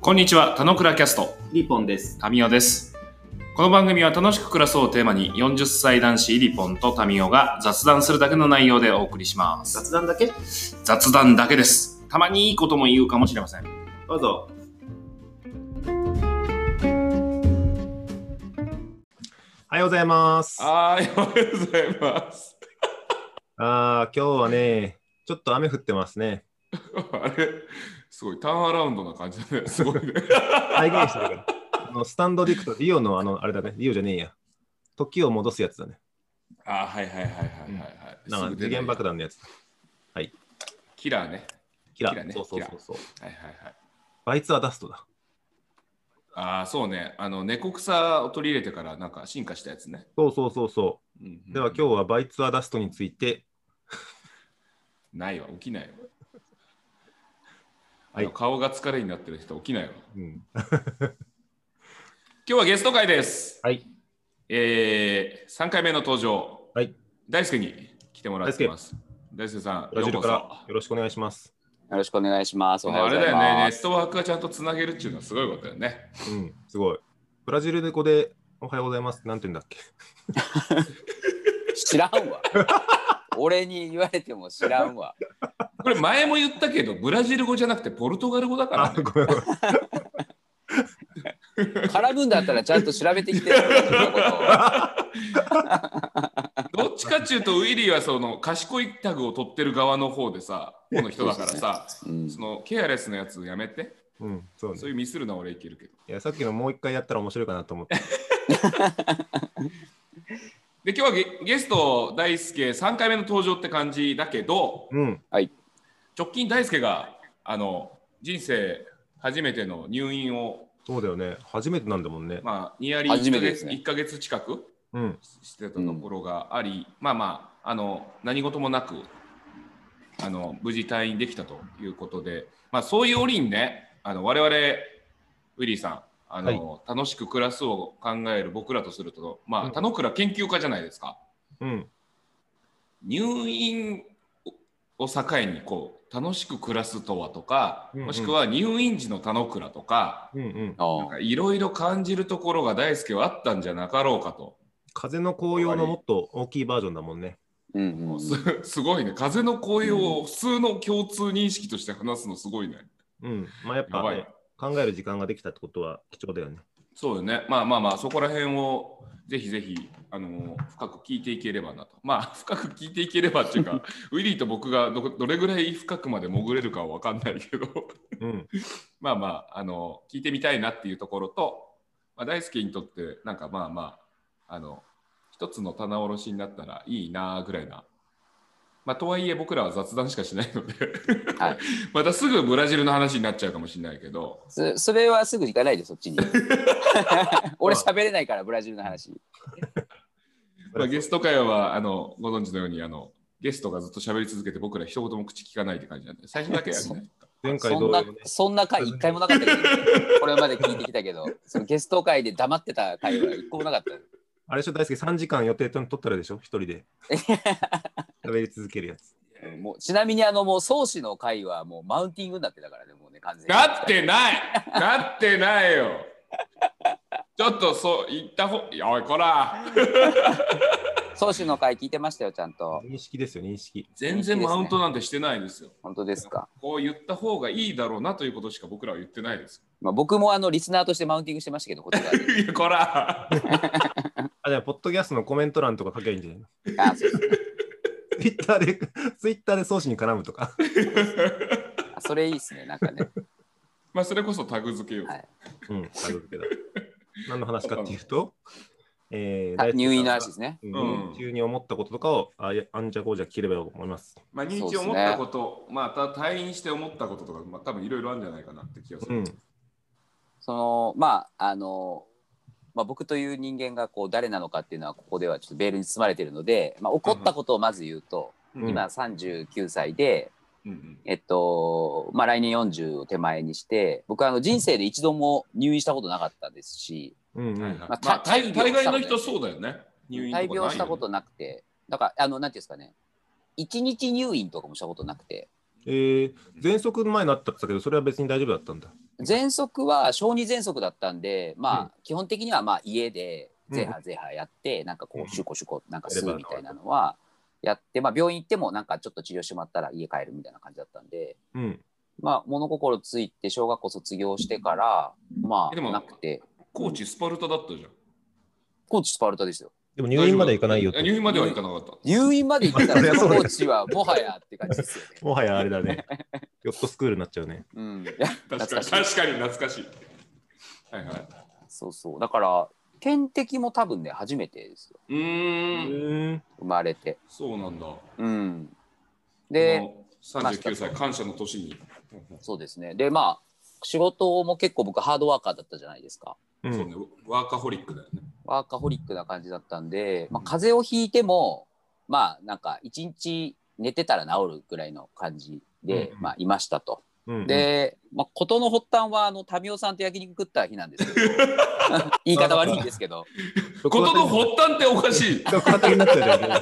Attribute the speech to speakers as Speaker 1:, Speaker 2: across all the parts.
Speaker 1: こんにちは、田野倉キャスト、
Speaker 2: リポンです。
Speaker 1: タミオです。この番組は楽しく暮らそうをテーマに、40歳男子リポンとタミオが雑談するだけの内容でお送りします。
Speaker 2: 雑談だけど
Speaker 1: 雑談だけです。たまにいいことも言うかもしれません。
Speaker 2: うぞ。おはようございます。あ
Speaker 1: はい、おはようございます。
Speaker 2: あー、今日はね、ちょっと雨降ってますね。
Speaker 1: あれ、すごい、ターンアラウンドな感じだね。すごいね。
Speaker 2: 再現してるから。あのスタンドでいくと、リオのあの、あれだね、リオじゃねえや。時を戻すやつだね。
Speaker 1: あ、はいはいはいはい。
Speaker 2: いはいなんか次元爆弾のやつ。
Speaker 1: キラーね。
Speaker 2: キラ。
Speaker 1: キラね
Speaker 2: そうそうそうそう。
Speaker 1: はいはいはい。
Speaker 2: バイツアダストだ。
Speaker 1: ああ、そうね。あの、猫草を取り入れてから、なんか進化したやつね。
Speaker 2: そうそうそうそ
Speaker 1: うんうんう
Speaker 2: う。
Speaker 1: ん
Speaker 2: では今日はバイツアダストについて、
Speaker 1: ないわ、起きないわ。
Speaker 2: はい
Speaker 1: あの顔が疲れになってる人、起きないわ。
Speaker 2: うん、
Speaker 1: 今日はゲスト会です。
Speaker 2: はい。
Speaker 1: えー、3回目の登場。
Speaker 2: はい。
Speaker 1: 大輔に来てもらってます。大輔さん、
Speaker 2: ブラジルか
Speaker 1: ようこ
Speaker 2: らよろしくお願いします。
Speaker 3: よろしくお願いします。
Speaker 1: そ
Speaker 3: おはよ
Speaker 1: あ
Speaker 3: う
Speaker 1: れ
Speaker 3: ござ
Speaker 1: だ
Speaker 3: い
Speaker 1: よね、ネ
Speaker 3: ます。
Speaker 1: ットワークがちゃんとつなげるっていうのはすごいことだよね。
Speaker 2: うん、すごい。ブラジルでこでおはようございますってなんて言うんだっけ
Speaker 3: 知らんわ。 俺に言われても知らんわ。
Speaker 1: これ前も言ったけど、ブラジル語じゃなくてポルトガル語だから
Speaker 2: あ
Speaker 1: ね、、
Speaker 2: ごめんごめん。
Speaker 3: 絡むんだったらちゃんと調べてきてよ。自分のことを
Speaker 1: どっちかっていうと、ウィリーはその賢いタグを取ってる側の方でさ、方の人だからさ、
Speaker 3: うん
Speaker 1: そのケアレスのやつやめて、
Speaker 2: うん、そうね
Speaker 1: そう。いうミスるのは俺いけるけど。
Speaker 2: いや、さっきのもう一回やったら面白いかなと思って。
Speaker 1: で今日はゲゲスト大輔3回目の登場って感じだけど
Speaker 2: うん。
Speaker 1: 直近大輔があの人生初めての入院を、
Speaker 2: そうだよね。初めてなんだもんね。
Speaker 1: まあ、ニアリー
Speaker 3: 初
Speaker 1: 1
Speaker 3: め
Speaker 1: ヶ
Speaker 3: てです
Speaker 1: 月,、
Speaker 3: ね
Speaker 1: 一ヶ月近く
Speaker 2: うん。
Speaker 1: してたところがあり、まあまああの何事もなくあの無事退院できたということで、まあ、そういう折にねあの我々ウィリーさんあの、楽しく暮らすを考える僕らとすると、ま
Speaker 2: う
Speaker 1: あ、
Speaker 2: ん
Speaker 1: 田野倉研究家じゃないですか。
Speaker 2: うん。
Speaker 1: 入院を境にこう楽しく暮らすとはとか、
Speaker 2: うんうん
Speaker 1: もしくは入院時の田之倉とか
Speaker 2: うんうん。
Speaker 1: な
Speaker 3: あ
Speaker 1: んかいろいろ感じるところが大輔はあったんじゃなかろうかと、
Speaker 2: 風の紅葉のもっと大きいバージョンだもんね。
Speaker 3: うんうん
Speaker 1: すすごいね風の声を普通の共通認識として話すのすごいね
Speaker 2: うん。まあやっ
Speaker 1: や
Speaker 2: ぱ
Speaker 1: ば
Speaker 2: ね、
Speaker 1: い、
Speaker 2: 考える時間ができたってことは貴重だよね。
Speaker 1: そうよねまあまあまあそこら辺をぜひぜひあの深く聞いていければなとまあ深く聞いていければって いうかウィリーと僕がどどれぐらい深くまで潜れるかは分かんないけど
Speaker 2: うん。
Speaker 1: まあまあ、あの、聞いてみたいなっていうところと、まあ、大輔にとって、なんかまあまあ、あの、一つの棚卸しになったらいいなぐらいな。まあ、とはいえ僕らは雑談しかしないので、
Speaker 3: はい
Speaker 1: またすぐブラジルの話になっちゃうかもしれないけど、
Speaker 3: そそれはすぐ行かないでそっちに。俺喋れないからブラジルの話。
Speaker 1: まあ、ゲスト会は、あの、ご存知のように、あの、ゲストがずっと喋り続けて僕ら一言も口聞かないって感じなんで、最初だけやるね。
Speaker 2: 前回
Speaker 3: そ
Speaker 2: 同
Speaker 3: ん
Speaker 2: 様
Speaker 3: な
Speaker 2: ね。
Speaker 3: そんな回一回もなかったけど、これまで聞いてきたけど、そのゲスト会で黙ってた回は一個もなかった。
Speaker 2: あれでしょ、大輔3時間予定取ったらでしょ、一人で。喋り続けるやつ。
Speaker 3: もうちなみにあのもう宗師の会はもうマウンティングになってたからねもうね完全に。
Speaker 1: なってない なってないよちょっとそう、言ったほう、おい、こら
Speaker 3: 宗師の会聞いてましたよちゃんと。
Speaker 2: 認識ですよ、認識。
Speaker 1: 全然マウントなんてしてないですよ。
Speaker 3: 本当ですか。
Speaker 1: こう言った方がいいだろうなということしか僕らは言ってないです。
Speaker 3: まあ、僕もあのリスナーとしてマウンティングしてましたけど、こっち側で
Speaker 1: いやこら
Speaker 2: あ、じゃあ、ポッドキャストのコメント欄とか書けばいいんじゃないの
Speaker 3: あそうそう
Speaker 2: ツイッターで、ツイッターで宗師に絡むとか。
Speaker 3: あそれいいですね、なん かね。
Speaker 1: まあそれこそタグ付けよう。
Speaker 3: はい
Speaker 2: うん、あるけど。何の話かっていうと、えー
Speaker 3: あ
Speaker 2: 大輔さんが
Speaker 3: 入院の話ですね。
Speaker 1: うん
Speaker 2: うん、急に思ったこととかをあやあんじゃこうじゃ切ればよと思います。
Speaker 1: まあ入
Speaker 3: そう
Speaker 1: 日
Speaker 3: ですね
Speaker 1: 思ったこと、まあた退院して思ったこととか、まあ多分いろいろあるんじゃないかなって気がす
Speaker 2: う
Speaker 1: る。
Speaker 2: ん、
Speaker 3: そのまああの、まあ、僕という人間がこう誰なのかっていうのはここではちょっとベールに包まれているので、まあ、起こったことをまず言うと、
Speaker 1: うん
Speaker 3: 今39歳で、
Speaker 1: うんうん
Speaker 3: えっとまあ、来年40を手前にして僕はあの人生で一度も入院したことなかったですし
Speaker 2: うん、うん、
Speaker 1: はいはいま
Speaker 3: ま
Speaker 1: あ
Speaker 3: あ
Speaker 1: 大
Speaker 3: 大
Speaker 1: 大概の
Speaker 3: 大病した
Speaker 1: 人
Speaker 3: こと
Speaker 1: そうだよね。入院とかな
Speaker 3: 大
Speaker 1: いよね
Speaker 3: 病したことなくてだからあのなんていうんですかね一日入院とかもしたことなくて。
Speaker 2: えー、喘息の前になったって言ったけど、それは別に大丈夫だったんだ。
Speaker 3: 喘息は小児喘息だったんで、まあ、基本的にはまあ家で
Speaker 2: うん
Speaker 3: ゼハゼハやって、なんかこ
Speaker 2: うん
Speaker 3: うシュコシュコなんか吸うみたいなのはやって、まあ、病院行ってもなんかちょっと治療してもらったら家帰るみたいな感じだったんで、
Speaker 2: うん。
Speaker 3: まあ、物心ついて小学校卒業してからま
Speaker 1: えで
Speaker 3: あ
Speaker 1: も
Speaker 3: なくて
Speaker 1: コーチスパルタだったじゃん。
Speaker 3: コーチスパルタですよ
Speaker 4: でも入院まで行かないよ
Speaker 1: あ
Speaker 4: と。
Speaker 1: 入院までは行かなかった。
Speaker 3: 入院まで行った
Speaker 2: そり
Speaker 3: ら
Speaker 2: ゃ
Speaker 3: そ
Speaker 2: そうだ
Speaker 3: のコ
Speaker 2: よ
Speaker 3: ーチはもはやって感じですよね
Speaker 2: もはやあれだ ね。ヨットスクールになっち ゃうね。
Speaker 3: うん、
Speaker 1: 確かに確かに懐かしい。はいはい。
Speaker 3: そうそうだから点滴も多分ね初めてですよ
Speaker 1: うーん、
Speaker 2: ん。
Speaker 3: 生まれて
Speaker 1: そうなんだ。
Speaker 3: うんで
Speaker 1: 三十九歳感謝の年に。
Speaker 3: そうですねでまあ仕事も結構僕ハードワーカーだったじゃないですか
Speaker 2: う
Speaker 1: そうんね、ワーカホリックだよね。
Speaker 3: ワーカホリックな感じだったんで、まあ、風邪をひいてもまあなんか一日寝てたら治るぐらいの感じで、
Speaker 2: うん
Speaker 3: まあ、いましたと。
Speaker 2: うん。
Speaker 3: で、まあ、事の発端はあの民生さんと焼肉食った日なんです けど言い方悪いんですけど
Speaker 1: ことの発端っておかしい。
Speaker 2: が 片手になっちゃうじゃん。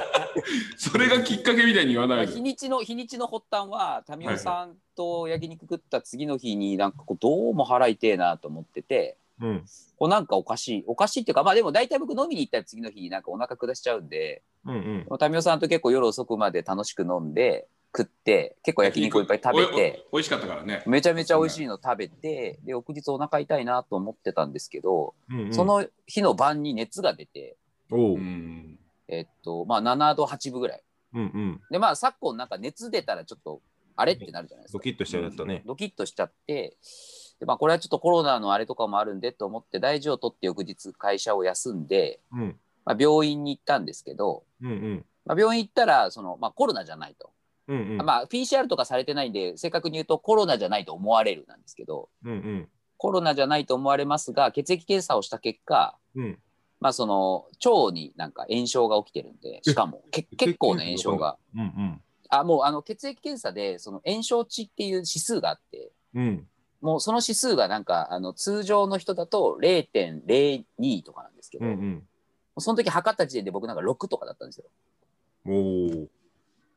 Speaker 1: それがきっかけみたいに言わないで。
Speaker 3: 日にちの日にちの発端は民生さんと焼肉食った次の日になんかこうどうも腹痛えなと思ってて。
Speaker 2: うん。
Speaker 3: こうなんかおかしいおかしいっていうかまあでも大体僕飲みに行ったら次の日なんかお腹下しちゃうんで
Speaker 2: うんうん。
Speaker 3: 民生さんと結構夜遅くまで楽しく飲んで食って結構焼肉をいっぱい食べて。
Speaker 1: おい美味しかったからね。
Speaker 3: めちゃめちゃ美味しいの食べてで翌日お腹痛いなと思ってたんですけど、
Speaker 2: うんうん
Speaker 3: そ、の日の晩に熱が出て
Speaker 2: おう
Speaker 1: う
Speaker 2: うん
Speaker 1: ん。
Speaker 3: えっとまあ7度8分ぐらい
Speaker 2: うん。
Speaker 3: でまあ昨今なんか熱出たらちょっとあれってなるじゃないです
Speaker 2: ド
Speaker 3: か
Speaker 2: キッとしちゃうやつだね。
Speaker 3: ドキッとしちゃってで、まあ、これはちょっとコロナのあれとかもあるんでと思って大事を取って翌日会社を休んで、
Speaker 2: うん。
Speaker 3: まあ、病院に行ったんですけど、
Speaker 2: うんうん。
Speaker 3: まあ、病院行ったらその、まあ、コロナじゃないと、
Speaker 2: うんうん。
Speaker 3: まあ、PCR とかされてないんで正確に言うとコロナじゃないと思われるなんですけど
Speaker 2: うんうん。
Speaker 3: コロナじゃないと思われますが血液検査をした結果、
Speaker 2: うん
Speaker 3: まあ、その腸になんか炎症が起きてるんでしかもけ結構な炎症が。
Speaker 2: うん
Speaker 3: あもうあの血液検査でその炎症値っていう指数があって
Speaker 2: うん。うん。
Speaker 3: もうその指数がなんかあの通常の人だと0.02とかなんですけど、
Speaker 2: う
Speaker 3: も
Speaker 2: ん
Speaker 3: うその時測った時点で僕なんか6とかだったんですよ。
Speaker 2: うん。おお。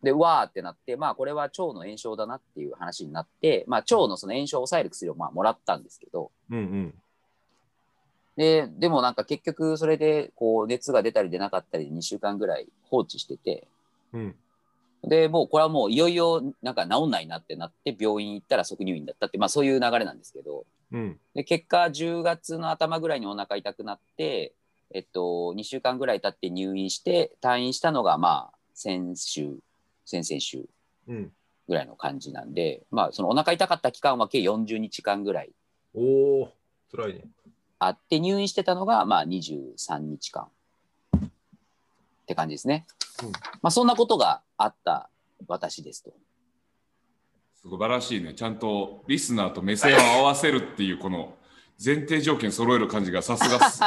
Speaker 3: でうわーってなってまあこれは腸の炎症だなっていう話になって、まあ、腸のその炎症を抑える薬をまあもらったんですけど
Speaker 2: うんうん。
Speaker 3: ででもなんか結局それでこう熱が出たり出なかったり2週間ぐらい放置してて
Speaker 2: うん。
Speaker 3: でもうこれはもういよいよなんか治んないなってなって病院行ったら即入院だったって、まあ、そういう流れなんですけど
Speaker 2: うん。
Speaker 3: で結果10月の頭ぐらいにお腹痛くなって、えっと、2週間ぐらい経って入院して退院したのがまあ先週先々週
Speaker 2: うん。
Speaker 3: ぐらいの感じなんで、まあ、そのお腹痛かった期間は計40日間ぐらい
Speaker 2: おお。辛いね。
Speaker 3: あって入院してたのがまあ23日間って感じですね、
Speaker 2: うん
Speaker 3: まあ、そんなことがあった私ですと
Speaker 1: 素晴らしいね。ちゃんとリスナーと目線を合わせるっていうこの前提条件揃える感じがさすがっす。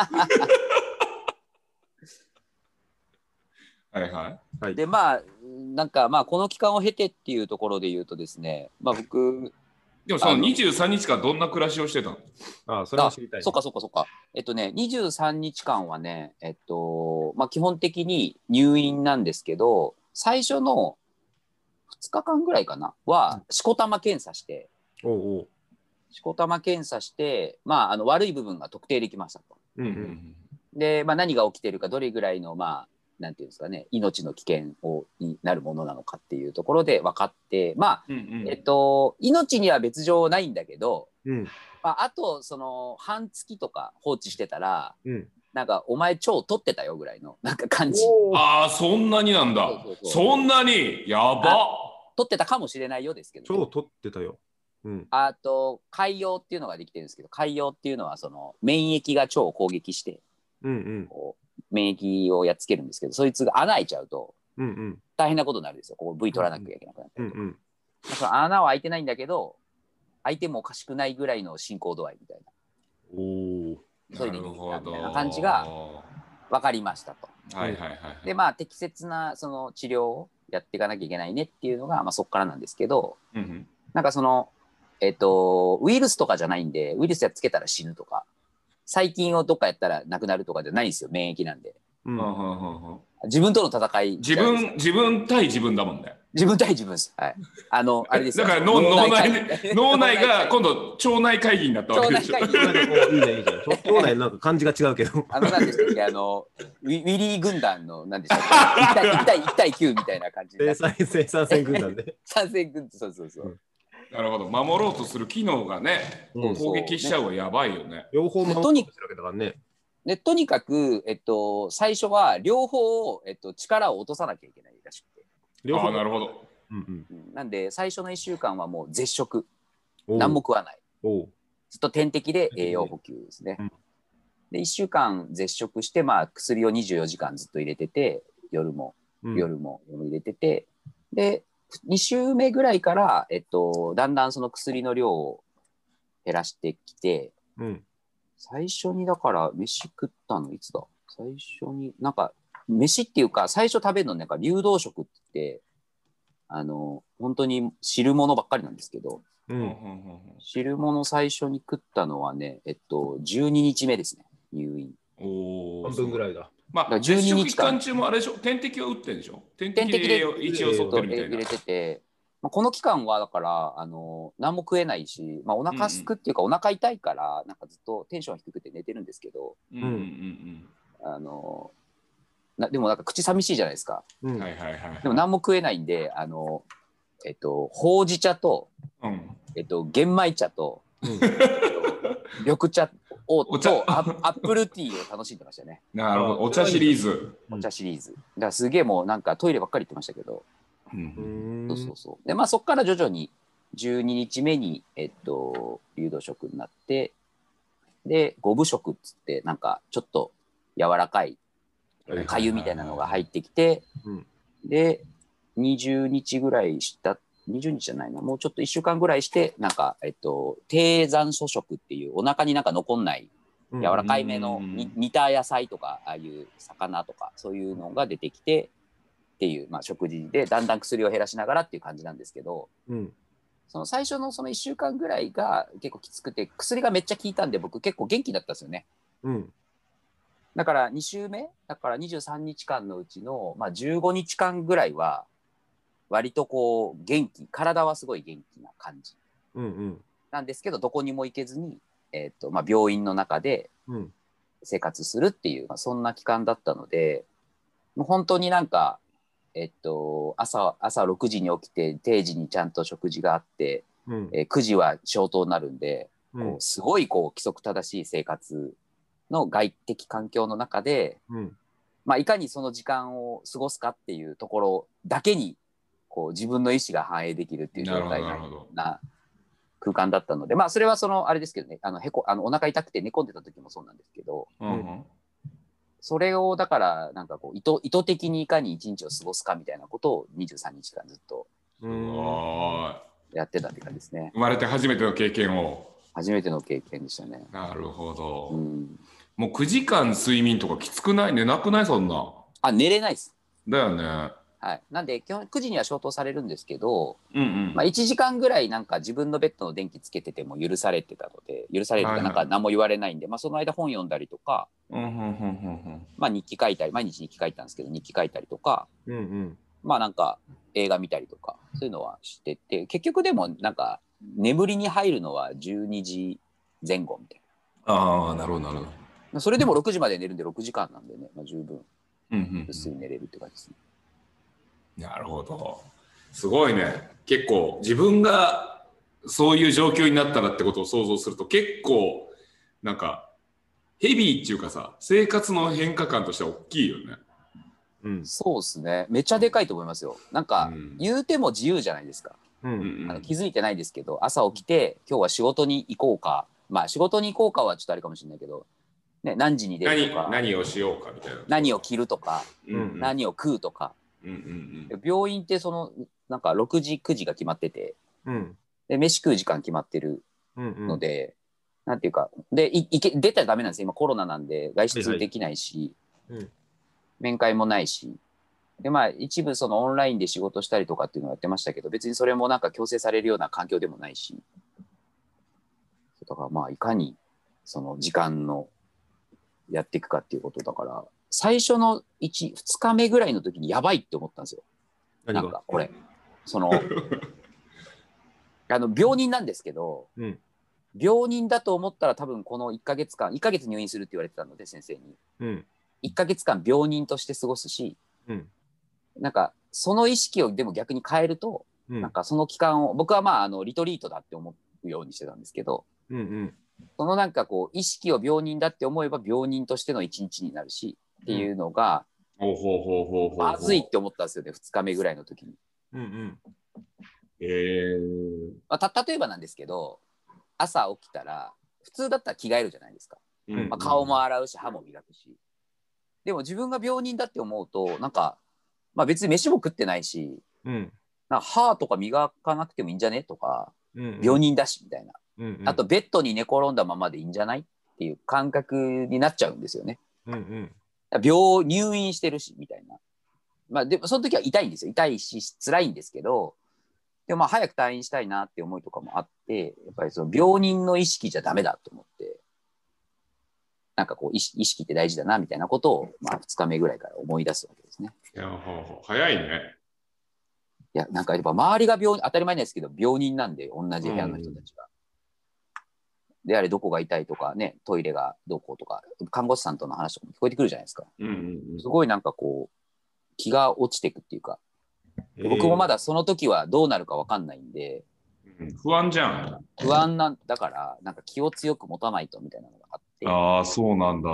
Speaker 1: はいはい。
Speaker 3: でまあなんかまあこの期間を経てっていうところで言うとですねまあ僕
Speaker 1: でもそ
Speaker 3: あ
Speaker 1: の
Speaker 3: の
Speaker 1: 23日間どんな暮らしをしてたの
Speaker 2: ああ、それ
Speaker 3: あ
Speaker 2: は知りたいね。
Speaker 3: そっかそっかそっかえっとね23日間はねえっとまあ基本的に入院なんですけど最初の2日間ぐらいかなはしこたま検査して、
Speaker 2: おうおう。
Speaker 3: しこたま検査して、まあ、あの悪い部分が特定できましたと。
Speaker 2: うん
Speaker 1: う
Speaker 2: うん。
Speaker 1: ん
Speaker 3: で、まあ、何が起きてるかどれぐらいの、まあ、なんていうんですかね命の危険をになるものなのかっていうところで分かってま
Speaker 1: うん
Speaker 3: あえっと命には別状ないんだけど、
Speaker 2: うん。
Speaker 3: まあ、あとその半月とか放置してたら
Speaker 2: うん。
Speaker 3: なんかお前腸取ってたよぐらいのなんか感じ
Speaker 2: おー
Speaker 1: ああ、そんなになんだ
Speaker 3: そうそう。そう
Speaker 1: そんなにやば
Speaker 3: 取ってたかもしれないようですけどね、
Speaker 2: 超取ってたよ。うん。
Speaker 3: あと海洋っていうのができてるんですけど海洋っていうのはその免疫が腸を攻撃して
Speaker 2: うん
Speaker 3: こう免疫をやっつけるんですけどそいつが穴開いちゃうと
Speaker 2: うん。うんうん。
Speaker 3: 大変なことになるんですよここ V 取らなきゃいけなくなって、
Speaker 2: うんうん。
Speaker 3: その穴は開いてないんだけど開いてもおかしくないぐらいの進行度合いみたい
Speaker 2: おお。
Speaker 1: っ
Speaker 3: そ
Speaker 1: な
Speaker 3: ういう
Speaker 1: るほ
Speaker 3: みたい
Speaker 1: ど。
Speaker 3: な感じが
Speaker 1: は
Speaker 3: な分かりましたと
Speaker 1: いはいはい。
Speaker 3: でまあ適切なその治療をやっていかなきゃいけないねっていうのが、まあ、そこからなんですけど
Speaker 1: うんうん
Speaker 3: なんかそのえっ、とウイルスとかじゃないんでウイルスやっつけたら死ぬとか細菌をどっかやったらなくなるとかじゃないんですよ免疫なんで
Speaker 2: うん
Speaker 1: うんうんうんうん
Speaker 3: 自分との戦い
Speaker 1: 自
Speaker 3: じゃないですか
Speaker 1: 分、自分対自分だもんね。
Speaker 3: 自分対自分です。はい。あの、あれですよ。
Speaker 1: だから脳脳内
Speaker 3: 会議
Speaker 1: 脳内が今度腸内会議になったわ
Speaker 3: 脳
Speaker 1: けで
Speaker 3: 内
Speaker 1: しょ
Speaker 3: 会議。
Speaker 2: なんかこういいね、いいじゃん。ちょっとね、なんか感じが違うけど。
Speaker 3: あの、なんでしたっけ、あの、ウィウィリー軍団の、なんでしたっけ、1対1対 ,1 対9みたいな感じ
Speaker 2: 生、
Speaker 3: で
Speaker 2: 産生産線軍団 で。
Speaker 3: 参戦軍団、そうそうそう。
Speaker 1: なるほど守ろうとする機能がね
Speaker 2: うん
Speaker 1: 攻撃しちゃうはやばいよね
Speaker 2: 両方守ろうとしてるわけだからね。
Speaker 3: で、とにかく、えっと、最初は両方を、えっと、力を落とさなきゃいけないらしくて。
Speaker 2: 両
Speaker 1: あ
Speaker 2: 方
Speaker 1: あなるほど
Speaker 2: うんうん
Speaker 3: うんなんで、最初の1週間はもう絶食、
Speaker 2: おう
Speaker 3: 何も食わない。
Speaker 2: おう
Speaker 3: ずっと点滴で栄養補給ですね。
Speaker 2: うん
Speaker 3: で1週間絶食して、まあ、薬を24時間ずっと入れてて夜も
Speaker 2: うん
Speaker 3: 夜も入れてて、で2週目ぐらいから、えっと、だんだんその薬の量を減らしてきて
Speaker 2: うん
Speaker 3: 最初にだから飯食ったのいつだ最初になんか飯っていうか最初食べるのなんか流動食って言ってあの本当に汁物ばっかりなんですけど、
Speaker 2: う
Speaker 1: うんうん
Speaker 2: ん
Speaker 1: うんうん
Speaker 3: 汁物最初に食ったのはね、えっと、12日目ですね、入院。
Speaker 1: おお
Speaker 2: 半分ぐらいだ。
Speaker 1: まあ
Speaker 3: だから12
Speaker 1: 絶食
Speaker 3: 日
Speaker 1: 期間中もあれでしょ点滴を打ってるでしょ点
Speaker 3: 点
Speaker 1: 滴
Speaker 3: 滴
Speaker 1: で
Speaker 3: で
Speaker 1: 一応沿ってるみたい
Speaker 3: 入
Speaker 1: な
Speaker 3: れてて、まあ、この期間はだから、あの何も食えないし、まあ、お腹すくっていうか、お腹痛いから、なんかずっとテンション低くて寝てるんですけど、
Speaker 1: うんうんうん
Speaker 3: あのなでもなんか口寂しいじゃないですか。
Speaker 2: う
Speaker 1: うん
Speaker 2: ん
Speaker 1: はいはいはい
Speaker 3: でも何も食えないんで、あのえっと、ほうじ茶と、
Speaker 1: うん
Speaker 3: えっと、玄米茶と、
Speaker 2: うん
Speaker 3: 緑茶を
Speaker 1: お茶
Speaker 3: とアッアップルティーを楽しんでましたね。
Speaker 1: なるほどお茶シリーズ
Speaker 3: お茶シリーズ。だからすげえもうなんかトイレばっかり行ってましたけど、
Speaker 1: う
Speaker 2: うんん
Speaker 3: そうそうそう。で、まあそこから徐々に12日目に、えっと、流動食になって、で、五部食っつって、なんかちょっと柔らかい
Speaker 1: はい
Speaker 3: かゆみたいなのが入ってきて
Speaker 2: うん、
Speaker 3: で、20日ぐらいした、20日じゃないな、もうちょっと1週間ぐらいして、なんか、えっと、低山素食っていう、お腹になんか残んない
Speaker 2: うん
Speaker 3: 柔らかいめの
Speaker 1: うん
Speaker 3: に煮た野菜とかああいう魚とかそういうのが出てきてっていう、まあ、食事でだんだん薬を減らしながらっていう感じなんですけど
Speaker 2: うん
Speaker 3: その最初のその1週間ぐらいが結構きつくて薬がめっちゃ効いたんで僕結構元気だったんですよね
Speaker 2: うん
Speaker 3: だから2週目だから23日間のうちの、まあ、15日間ぐらいは割とこう元気体はすごい元気な感じ
Speaker 2: うん
Speaker 3: なんですけどどこにも行けずに、えーとまあ、病院の中で
Speaker 2: うん
Speaker 3: 生活するっていう、まあ、そんな期間だったのでもう本当になんか、えっと、朝朝6時に起きて定時にちゃんと食事があって、
Speaker 2: うん
Speaker 3: えー9時は消灯になるんで、
Speaker 2: う
Speaker 3: こ
Speaker 2: ん
Speaker 3: うすごいこう規則正しい生活の外的環境の中で、
Speaker 2: うん
Speaker 3: まあ、いかにその時間を過ごすかっていうところだけにこう自分の意思が反映できるっていう
Speaker 1: なる
Speaker 3: 状
Speaker 1: ほど
Speaker 3: 態
Speaker 1: な
Speaker 3: な
Speaker 1: るほど
Speaker 3: な空間だったので、まあ、それはそのあれですけどねあのへこあのお腹痛くて寝込んでた時もそうなんですけど、
Speaker 1: うんうん
Speaker 3: それをだからなんかこう意図意図的にいかに一日を過ごすかみたいなことを23日間ずっと
Speaker 2: う
Speaker 1: す
Speaker 2: ん
Speaker 1: ごい
Speaker 3: やってたって感じですね
Speaker 1: 生まれて初めての経験を
Speaker 3: 初めての経験でしたね
Speaker 1: なるほど、
Speaker 3: うん
Speaker 1: もう9時間睡眠とかきつくない寝なくないそんな
Speaker 3: あ寝れないです
Speaker 1: だよね
Speaker 3: はいなんで基本9時には消灯されるんですけど、
Speaker 1: うんうん、
Speaker 3: まあ、1時間ぐらいなんか自分のベッドの電気つけてても許されてたので許されると
Speaker 1: はい
Speaker 3: かな
Speaker 1: は
Speaker 3: いんか何も言われないんで、まあ、その間本読んだりとか、
Speaker 1: うんうんうんうん
Speaker 3: まあ、日記書いたり毎日日記書いてたんですけど日記書いたりとか
Speaker 2: うん
Speaker 3: まあなんか映画見たりとかそういうのはしてて結局でもなんか眠りに入るのは12時前後みたい
Speaker 1: ああなるほどなるほど
Speaker 3: なそれでも6時まで寝るんで6時間なんでね、まあ、十分
Speaker 1: うんうん
Speaker 3: ぐっすり寝れるって感じですね、
Speaker 1: なるほどすごいね結構自分がそういう状況になったらってことを想像すると結構なんかヘビーっていうかさ生活の変化感としては大きいよね
Speaker 2: うん
Speaker 3: そうですねめっちゃでかいと思いますよなんか、
Speaker 1: うん
Speaker 3: 言うても自由じゃないですか、
Speaker 2: う
Speaker 1: うんんう
Speaker 3: あの
Speaker 1: ん
Speaker 3: 気づいてないですけど朝起きて今日は仕事に行こうかまあ仕事に行こうかはちょっとあれかもしれないけど、ね、何時に出る
Speaker 1: 何
Speaker 3: とか何
Speaker 1: 何をしようかみたいな
Speaker 3: を着るとか、
Speaker 1: うんうん
Speaker 3: 何を食うとか
Speaker 1: うんうん
Speaker 3: 病院ってそのなんか6時9時が決まってて
Speaker 2: うん
Speaker 3: で飯食う時間決まってる
Speaker 2: うん
Speaker 3: ので、なんていうかでいいけ出たらダメなんですよ今コロナなんで外出できないし、
Speaker 2: はいはいうん
Speaker 3: 面会もないしでまあ一部そのオンラインで仕事したりとかっていうのをやってましたけど別にそれもなんか強制されるような環境でもないしだからまあいかにその時間のやっていくかっていうことだから最初の12日目ぐらいの時にやばいって思ったんですよ。な
Speaker 2: 何
Speaker 3: ん
Speaker 2: が
Speaker 3: かこれその あの病人なんですけど、
Speaker 2: うん
Speaker 3: 病人だと思ったら多分この1ヶ月間1ヶ月入院するって言われてたので先生に
Speaker 2: うん。
Speaker 3: 1ヶ月間病人として過ごすし
Speaker 2: うん。
Speaker 3: なんかその意識をでも逆に変えると、
Speaker 2: うん
Speaker 3: なん。かその期間を僕はまああのリトリートだって思うようにしてたんですけど
Speaker 2: うん。うん。
Speaker 3: そのなんかこう意識を病人だって思えば病人としての一日になるしっていうのが、
Speaker 1: ほうほうほうほうほう。
Speaker 3: まずいっ。て思ったんですよね2日目ぐらいの時に。
Speaker 2: うん。うん。
Speaker 1: え
Speaker 3: まあ、た例えばなんですけど朝起きたら普通だったら着替えるじゃないですか、
Speaker 1: え
Speaker 2: うん
Speaker 3: まあ、顔も洗うし歯も磨くしでも自分が病人だって思うとなんか、まあ、別に飯も食ってないし
Speaker 2: うん。
Speaker 3: なんか歯とか磨かなくてもいいんじゃねとか
Speaker 2: うん。
Speaker 3: 病人だしみたいな、
Speaker 2: うん。うん
Speaker 3: あと、ベッドに寝転んだままでいいんじゃないっていう感覚になっちゃうんですよね
Speaker 2: うん。うん。
Speaker 3: 病入院してるしみたいな。まあでもその時は痛いんですよ痛いし辛いんですけどでもまあ早く退院したいなって思いとかもあってやっぱりその病人の意識じゃダメだと思ってなんかこう意識意識って大事だなみたいなことをまあ2日目ぐらいから思い出すわけですね。
Speaker 1: いやほうほう早いね。
Speaker 3: いやなんかやっぱ周りが病当たり前なんですけど病人なんで同じ部屋の人たちが。であれどこが痛いとかねトイレがどうこうとか看護師さんとの話とかも聞こえてくるじゃないですか。
Speaker 1: うんうんうん
Speaker 3: すごいなんかこう気が落ちてくっていうかで僕もま
Speaker 2: だ。
Speaker 3: だその時はどうなるかわかんないんで、
Speaker 1: うん不安じゃん。
Speaker 3: 不安なんだから、なんか気を強く持たないとみたいなのがあって、
Speaker 1: ああ、そうなんだ。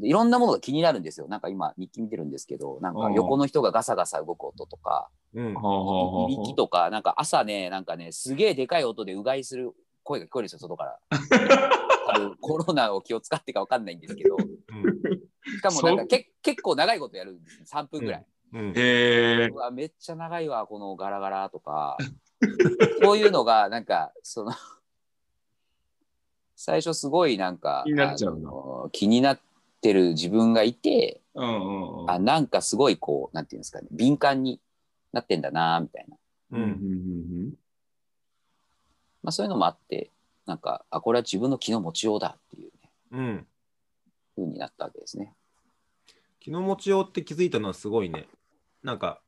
Speaker 3: でいろんなものが気になるんですよ。なんか今、日記見てるんですけど、なんか横の人がガサガサ動く音とか、
Speaker 2: うん。
Speaker 1: ほ
Speaker 3: いびきとか、なんか朝ね、なんかね、すげえでかい音でうがいする声が聞こえるんですよ、外から。 多分コロナを気を使ってかわかんないんですけど、しかもなんかけ結構長いことやるんですよ、3分ぐらい。
Speaker 2: うん。
Speaker 1: へえ
Speaker 3: う。わめっちゃ長いわこのガラガラとか そういうのがなんかその 最初すごいなんか
Speaker 1: 気になっちゃうな
Speaker 3: あの気になってる自分がいて
Speaker 1: うんうんうん。
Speaker 3: あなんかすごいこうなんていうんですかね敏感になってんだなみたいな、
Speaker 1: うんうんうん
Speaker 3: まあ、そういうのもあってなんかあこれは自分の気の持ちようだっていう、ね、
Speaker 2: うん。
Speaker 3: 風になったわけですね。
Speaker 2: 気の持ちようって気づいたのはすごいね。なんか、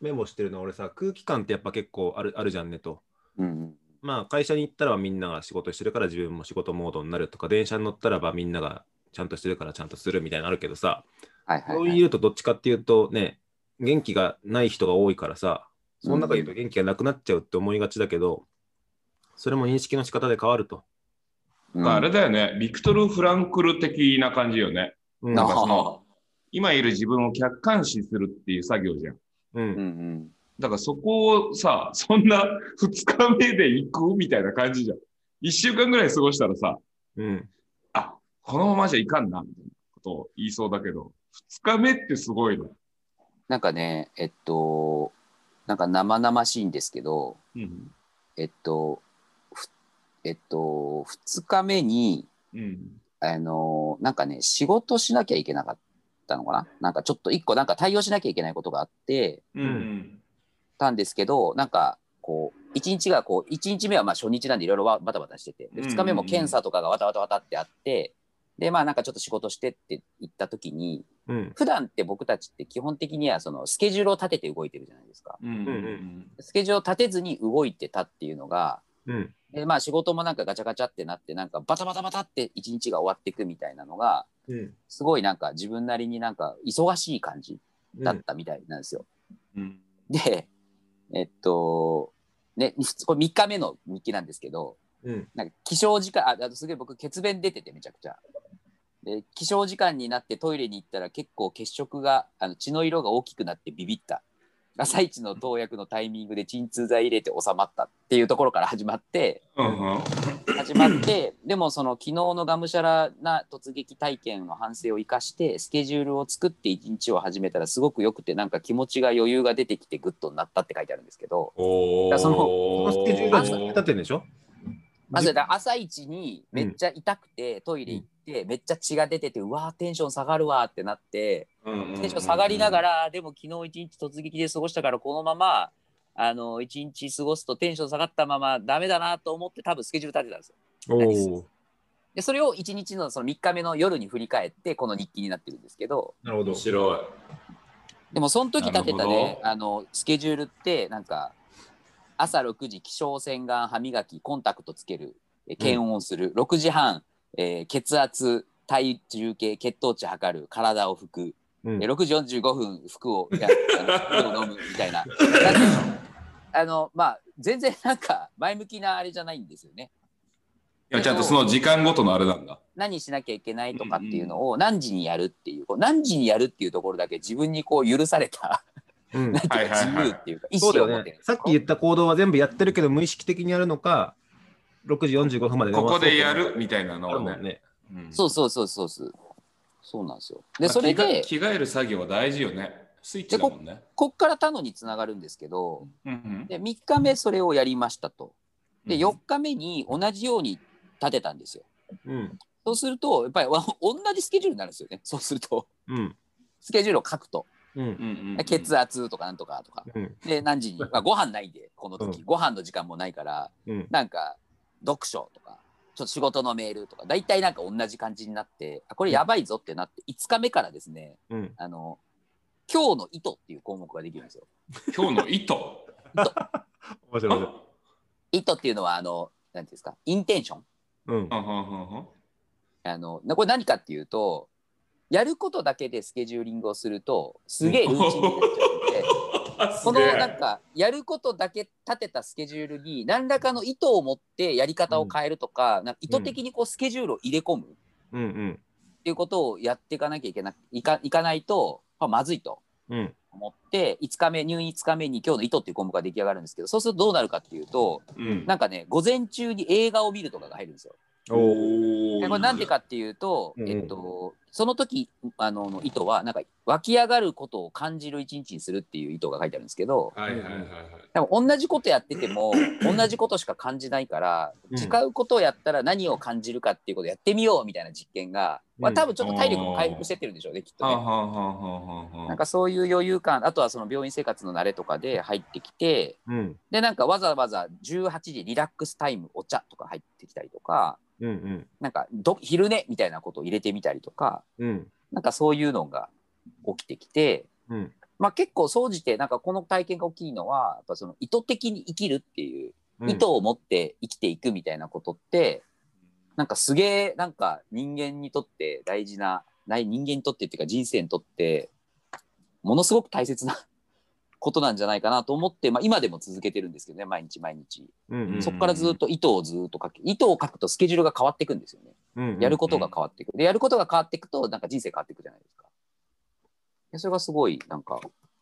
Speaker 2: メモしてるの俺さ、空気感ってやっぱ結構あるあるじゃんねと。
Speaker 3: うん
Speaker 2: まあ会社に行ったらみんなが仕事してるから自分も仕事モードになるとか、電車に乗ったらばみんながちゃんとしてるからちゃんとするみたいなのあるけどさ、
Speaker 3: はいはい
Speaker 2: そう
Speaker 3: はいい、
Speaker 2: うとどっちかっていうとね、元気がない人が多いからさ、その中で言うと元気がなくなっちゃうって思いがちだけど、それも認識の仕方で変わると。
Speaker 3: う
Speaker 1: うん
Speaker 3: ん
Speaker 1: まああれだよね、ビクトル・フランクル的な感じよね。
Speaker 2: うん
Speaker 1: なんかその今いる自分を客観視するっていう作業じゃん。
Speaker 2: う
Speaker 3: うん
Speaker 2: ん
Speaker 3: うん
Speaker 1: だからそこをさ、そんな2日目で行くみたいな感じじゃん。1週間ぐらい過ごしたらさ、
Speaker 2: うん
Speaker 1: あ、このままじゃいかんな、みたいなことを言いそうだけど、2日目ってすごいね。
Speaker 3: なんかねえっとなんか生々しいんですけど、
Speaker 1: うん。
Speaker 3: えっと、ふえっと、2日目に、
Speaker 1: うん。
Speaker 3: あの、なんかね、仕事しなきゃいけなかったのかななんかちょっと一個なんか対応しなきゃいけないことがあって
Speaker 1: うん。
Speaker 3: たんですけど、なんかこう、一日がこう、一日目はまあ初日なんでいろいろわバタバタしてて、
Speaker 1: うんうんうん
Speaker 3: 2日目も検査とかがわたわたわたってあって、で、まあなんかちょっと仕事してって言った時に、
Speaker 2: うん
Speaker 3: 普段って僕たちって基本的にはそのスケジュールを立てて動いてるじゃないですか。
Speaker 1: うん。うん。うん。
Speaker 3: スケジュールを立てずに動いてたっていうのが、
Speaker 2: うん
Speaker 3: でまあ仕事もなんかガチャガチャってなってなんかバタバタバタって一日が終わっていくみたいなのが
Speaker 2: うん
Speaker 3: すごいなんか自分なりになんか忙しい感じ
Speaker 2: うん
Speaker 3: だったみたいなんですよ。
Speaker 1: うん。
Speaker 3: でえっとねふつこれ3日目の日記なんですけど
Speaker 2: うん
Speaker 3: なんか起床時間ああとすげえ僕血便出ててめちゃくちゃ。で起床時間になってトイレに行ったら結構血色があの血の色が大きくなってビビった朝一の投薬のタイミングで鎮痛剤入れて収まったっていうところから始まって。
Speaker 1: うん。
Speaker 3: 始まってでもその昨日のがむしゃらな突撃体験の反省を生かしてスケジュールを作って一日を始めたらすごくよくてなんか気持ちが余裕が出てきてグッとなったって書いてあるんですけど
Speaker 1: お
Speaker 3: ー
Speaker 2: そのスケジュールが立ててるんでしょ
Speaker 3: まずだから朝一にめっちゃ痛くてトイレ行ってめっちゃ血が出ててうわーテンション下がるわーってなってテンション下がりなが
Speaker 1: ら。
Speaker 3: らでも昨日一日突撃で過ごしたからこのままあの一日過ごすとテンション下がったままダメだなと思って多分スケジュール立てたんですよ
Speaker 2: おー
Speaker 3: でそれを1日のその3日目の夜に振り返ってこの日記になってるんですけど
Speaker 2: なるほど。
Speaker 1: 白
Speaker 3: でもその時立てた
Speaker 1: なる
Speaker 3: ね
Speaker 1: ほど
Speaker 3: あのスケジュールってなんか朝6時起床洗顔歯磨きコンタクトつけるえ検温する、6時半、えー血圧体重計血糖値測る体を拭く、
Speaker 2: うん
Speaker 3: えー6時45分服をい やあの服を飲むみたいななんていうのあのまあ全然なんか前向きなあれじゃないんですよね。
Speaker 1: いやちゃんとその時間ごとのあれなんだ。
Speaker 3: 何しなきゃいけないとかっていうのを何時にやるっていうこう何時にやるっていうところだけ自分にこう許された
Speaker 2: うん
Speaker 3: なんていうか
Speaker 1: はいはいはい
Speaker 3: 自由っていうか、意
Speaker 2: そうだ
Speaker 3: 思を持
Speaker 2: よ
Speaker 3: って
Speaker 2: ね
Speaker 3: る。。
Speaker 2: さっき言った行動は全部やってるけど、無意識的にやるのか、6時45分まで
Speaker 1: ここでや
Speaker 2: る
Speaker 1: るみたいなの
Speaker 2: あるも
Speaker 1: を
Speaker 2: ん
Speaker 1: ね。
Speaker 2: ね。
Speaker 1: うん
Speaker 3: そうそうそうそうそう。そうなんですよ。
Speaker 1: ま
Speaker 3: で、
Speaker 1: あ
Speaker 3: それ
Speaker 1: 着替え
Speaker 3: で、
Speaker 1: 着替える作業は大事よね。スイッチだもんね。
Speaker 3: こっから他のにつながるんですけど、
Speaker 1: うんうん
Speaker 3: で、3日目それをやりましたと。で、
Speaker 1: うん
Speaker 3: 4日目に同じように立てたんですよ。
Speaker 2: うん。
Speaker 3: そうすると、やっぱりわ同じスケジュールになるんですよね。そうすると、
Speaker 2: うん。
Speaker 3: スケジュールを書くと。
Speaker 2: うん。
Speaker 1: うんうんうん
Speaker 3: 血圧とかなんとかとか。
Speaker 2: うん。
Speaker 3: で、何時に、まあ、ご飯ないんで、この時、ご飯の時間もないから、
Speaker 2: うん。
Speaker 3: なんか読書とかちょっと仕事のメールとか大体なんか同じ感じになってあこれやばいぞってなって5日目からですね
Speaker 2: うん。
Speaker 3: あの今日の意図っていう項目ができるんですよ。
Speaker 1: 今日の意図。
Speaker 2: 面白い面白い。
Speaker 3: 意図っていうのはあのなんていうんですかインテンション
Speaker 2: うん。
Speaker 1: うんうんうんうん
Speaker 3: あのなこれ何かっていうとやることだけでスケジューリングをするとすげえルーチンになっちゃうので。
Speaker 1: あす
Speaker 3: この
Speaker 1: げえ
Speaker 3: なんかやることだけ立てたスケジュールに何らかの意図を持ってやり方を変えるとか,、なんか意図的にこうスケジュールを入れ込む
Speaker 2: うん。うん。
Speaker 3: っていうことをやっていかなきゃいけないかいかないと、まあ、まずいと
Speaker 2: うん。
Speaker 3: 思って5日目入院5日目に今日の意図っていう項目が出来上がるんですけどそうするとどうなるかっていうと
Speaker 1: うん
Speaker 3: なんかね午前中に映画を見るとかが入るんですよ。
Speaker 2: お
Speaker 1: お
Speaker 3: で
Speaker 1: ー
Speaker 3: これなんでかっていうと、
Speaker 2: うん
Speaker 3: えっと、その時あのの意図はなんか湧き上がることを感じる一日にするっていう意図が書いてあるんですけど
Speaker 1: はいはいはいはい。
Speaker 3: でも同じことやってても同じことしか感じないから
Speaker 2: うん
Speaker 3: 違うことをやったら何を感じるかっていうことをやってみようみたいな実験が、まあ、
Speaker 2: うん
Speaker 3: 多分ちょっと体力も回復してってるんでしょうねきっと
Speaker 1: は
Speaker 3: ね
Speaker 1: あ。はあはあはあはあ
Speaker 3: なんかそういう余裕感あとはその病院生活の慣れとかで入ってきて
Speaker 2: うん。
Speaker 3: でなんかわざわざ18時リラックスタイムお茶とか入ってきたりとか
Speaker 2: うん。うん。
Speaker 3: なんかど昼寝みたいなことを入れてみたりとか
Speaker 2: うん。
Speaker 3: なんかそういうのが起きてきて、
Speaker 2: うん。
Speaker 3: まあ、結構総じてなんかこの体験が大きいのはやっぱその意図的に生きるっていう
Speaker 2: うん。
Speaker 3: 意図を持って生きていくみたいなことって、なんかすげえなんか人間にとって大事なない人間にとってっていうか人生にとってものすごく大切な ことなんじゃないかなと思って、まあ、今でも続けてるんですけどね毎日毎日、
Speaker 2: うん。
Speaker 3: そこからずっと糸をずっと書き糸を書くとスケジュールが変わっていくんですよね
Speaker 2: うん。
Speaker 3: やることが変わっていくでやることが変わっていくとなんか人生変わっていくじゃないですかでそれがすごいなんか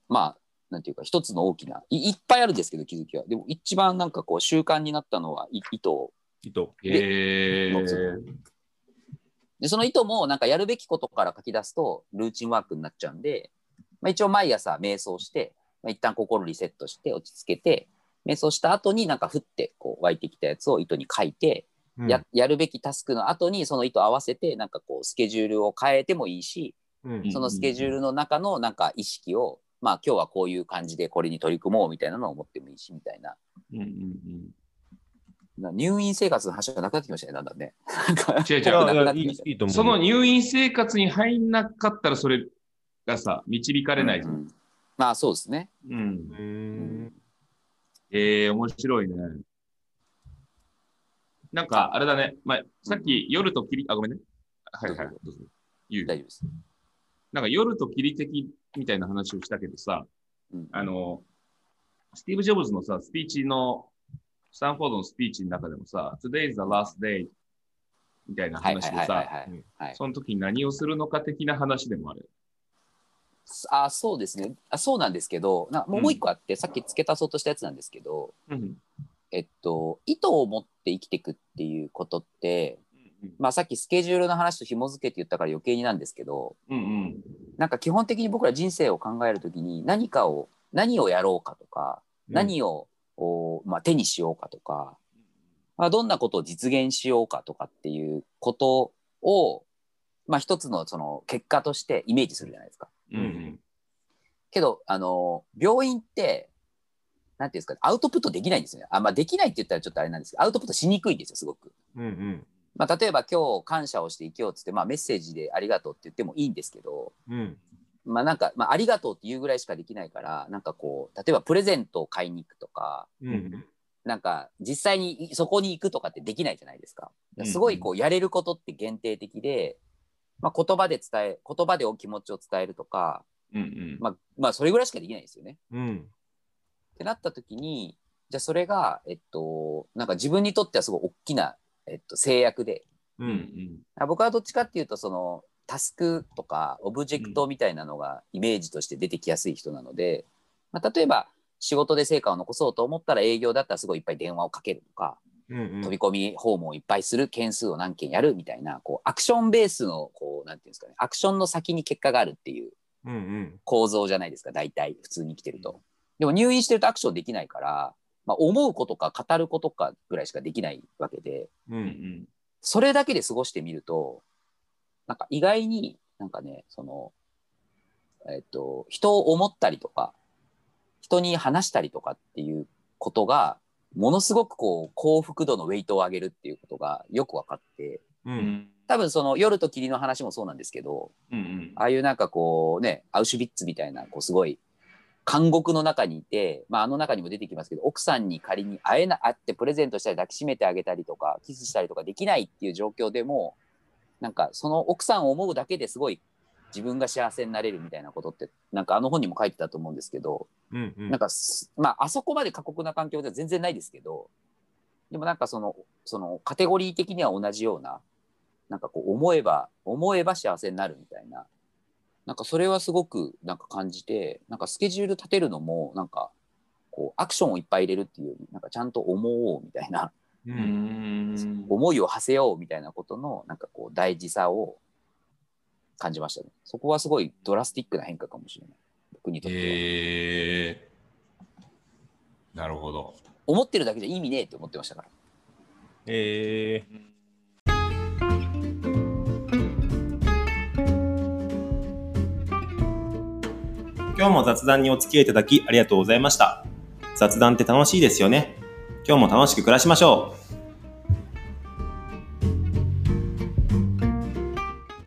Speaker 3: まあなんていうか一つの大きないいっぱいあるんですけど気づきはでも一番なんかこう習慣になったのはい糸を
Speaker 2: 意図。
Speaker 1: へえ
Speaker 3: でその意図もなんかやるべきことから書き出すとルーチンワークになっちゃうんで、まあ、一応毎朝瞑想して、まあ、一旦心リセットして落ち着けて瞑想した後になんかふってこう湧いてきたやつを糸に書いて、ややるべきタスクの後にその意図合わせてなんかこうスケジュールを変えてもいいし
Speaker 2: うん。
Speaker 3: そのスケジュールの中のなんか意識を、まあ今日はこういう感じでこれに取り組もうみたいなのを思ってもいいしみたいな
Speaker 1: うんうんうん
Speaker 3: な入院生活の話がなくなってきましたねだんだんね。なんか
Speaker 1: 違う違
Speaker 2: い
Speaker 1: う
Speaker 2: やいや
Speaker 3: なくなって
Speaker 2: い
Speaker 3: きま
Speaker 2: い
Speaker 3: した
Speaker 2: いいと思う。
Speaker 1: その入院生活に入んなかったらそれがさ導かれないじ
Speaker 3: う
Speaker 1: ゃん、
Speaker 3: んまあそうですね。
Speaker 1: うん
Speaker 2: うーん。
Speaker 1: えー、面白いねなんかあれだね、まあ、さっき夜と霧あごめんねはいはい
Speaker 3: ど
Speaker 1: どうぞ言う
Speaker 3: 大丈夫です。
Speaker 1: なんか夜と霧的みたいな話をしたけどさ
Speaker 3: うん
Speaker 1: あのスティーブ・ジョブズのさスピーチのスタンフォードのスピーチの中でもさ Today is the last day みたいな
Speaker 3: はい
Speaker 1: 話
Speaker 3: はい
Speaker 1: で
Speaker 3: はいはい
Speaker 1: さ
Speaker 3: はい。はい
Speaker 1: その時に何をするのか的な話でもある。
Speaker 3: あそうですねあ。そうなんですけど、なもうもう一個あって、さっき付け足そうとしたやつなんですけど、
Speaker 1: うん
Speaker 3: えっと、意図を持って生きていくっていうことって、まあさっきスケジュールの話と紐付けて言ったから余計になんですけど、
Speaker 1: うんうん
Speaker 3: なんか基本的に僕ら人生を考えるときに何かを、何をやろうかとか、何を、おまあ、手にしようかとか、まあ、どんなことを実現しようかとかっていうことを、まあ、一つのその結果としてイメージするじゃないですか。
Speaker 1: うんうん
Speaker 3: けど、あの、病院って、なんていうんですかね、アウトプットできないんですよね。あ、まあ、できないって言ったらちょっとあれなんですけど、アウトプットしにくいんですよ、すごく。
Speaker 2: うんうん。
Speaker 3: まあ、例えば今日感謝をして生きようっつって、まあ、メッセージでありがとうって言ってもいいんですけど、
Speaker 2: うん。
Speaker 3: まあなんか、まあ、ありがとうって言うぐらいしかできないから、なんかこう、例えばプレゼントを買いに行くとか、
Speaker 2: うん。
Speaker 3: なんか実際にいそこに行くとかってできないじゃないですか。
Speaker 2: うん
Speaker 3: すごいこうやれることって限定的で、まあ、言葉で伝え言葉でお気持ちを伝えるとか、
Speaker 1: うんうん
Speaker 3: まあ、まあそれぐらいしかできないですよね。
Speaker 2: うん。
Speaker 3: ってなった時にじゃあそれが、えっと、なんか自分にとってはすごい大きな、えっと、制約で
Speaker 2: う。
Speaker 1: うんうんん
Speaker 3: あ僕はどっちかっていうとそのタスクとかオブジェクトみたいなのがイメージとして出てきやすい人なので、まあ、例えば仕事で成果を残そうと思ったら営業だったらすごいいっぱい電話をかけると
Speaker 2: うん
Speaker 3: か。飛び込み訪問をいっぱいする件数を何件やるみたいなこうアクションベースのこうなんていうんですかねアクションの先に結果があるっていう
Speaker 2: うんうん。
Speaker 3: 構造じゃないですか大体普通に来てると。でも入院してるとアクションできないから、まあ、思うことか語ることかぐらいしかできないわけで
Speaker 2: う。
Speaker 1: うんうんん
Speaker 3: それだけで過ごしてみるとなんか意外になんかねその、えっと人を思ったりとか人に話したりとかっていうことがものすごくこう幸福度のウェイトを上げるっていうことがよく分かって
Speaker 2: う。
Speaker 1: うんん
Speaker 3: 多分その夜と霧の話もそうなんですけど
Speaker 1: うん
Speaker 3: ああいうなんかこうねアウシュビッツみたいなこうすごい監獄の中にいて、まあ、あの中にも出てきますけど奥さんに仮に会えな会ってプレゼントしたり抱きしめてあげたりとかキスしたりとかできないっていう状況でもなんかその奥さんを思うだけですごい自分が幸せになれるみたいなことってなんかあの本にも書いてたと思うんですけど
Speaker 2: うんうん
Speaker 3: なんかす、まあ、あそこまで過酷な環境では全然ないですけど、でもなんかその、そのカテゴリー的には同じような、なんかこう思えば、思えば幸せになるみたいな、なんかそれはすごくなんか感じて、なんかスケジュール立てるのも、なんかこうアクションをいっぱい入れるっていうより、なんかちゃんと思おうみたいな、
Speaker 2: う
Speaker 1: うんん
Speaker 3: 思いを馳せようみたいなことの、なんかこう大事さを感じましたね。そこはすごいドラスティックな変化かもしれない。僕にとっては。
Speaker 1: えー、なるほど。
Speaker 3: 思ってるだけじゃ意味ねえって思ってましたから。
Speaker 2: えー今日も雑談にお付き合いいただきありがとうございました。雑談って楽しいですよね。今日も楽しく暮らしましょう。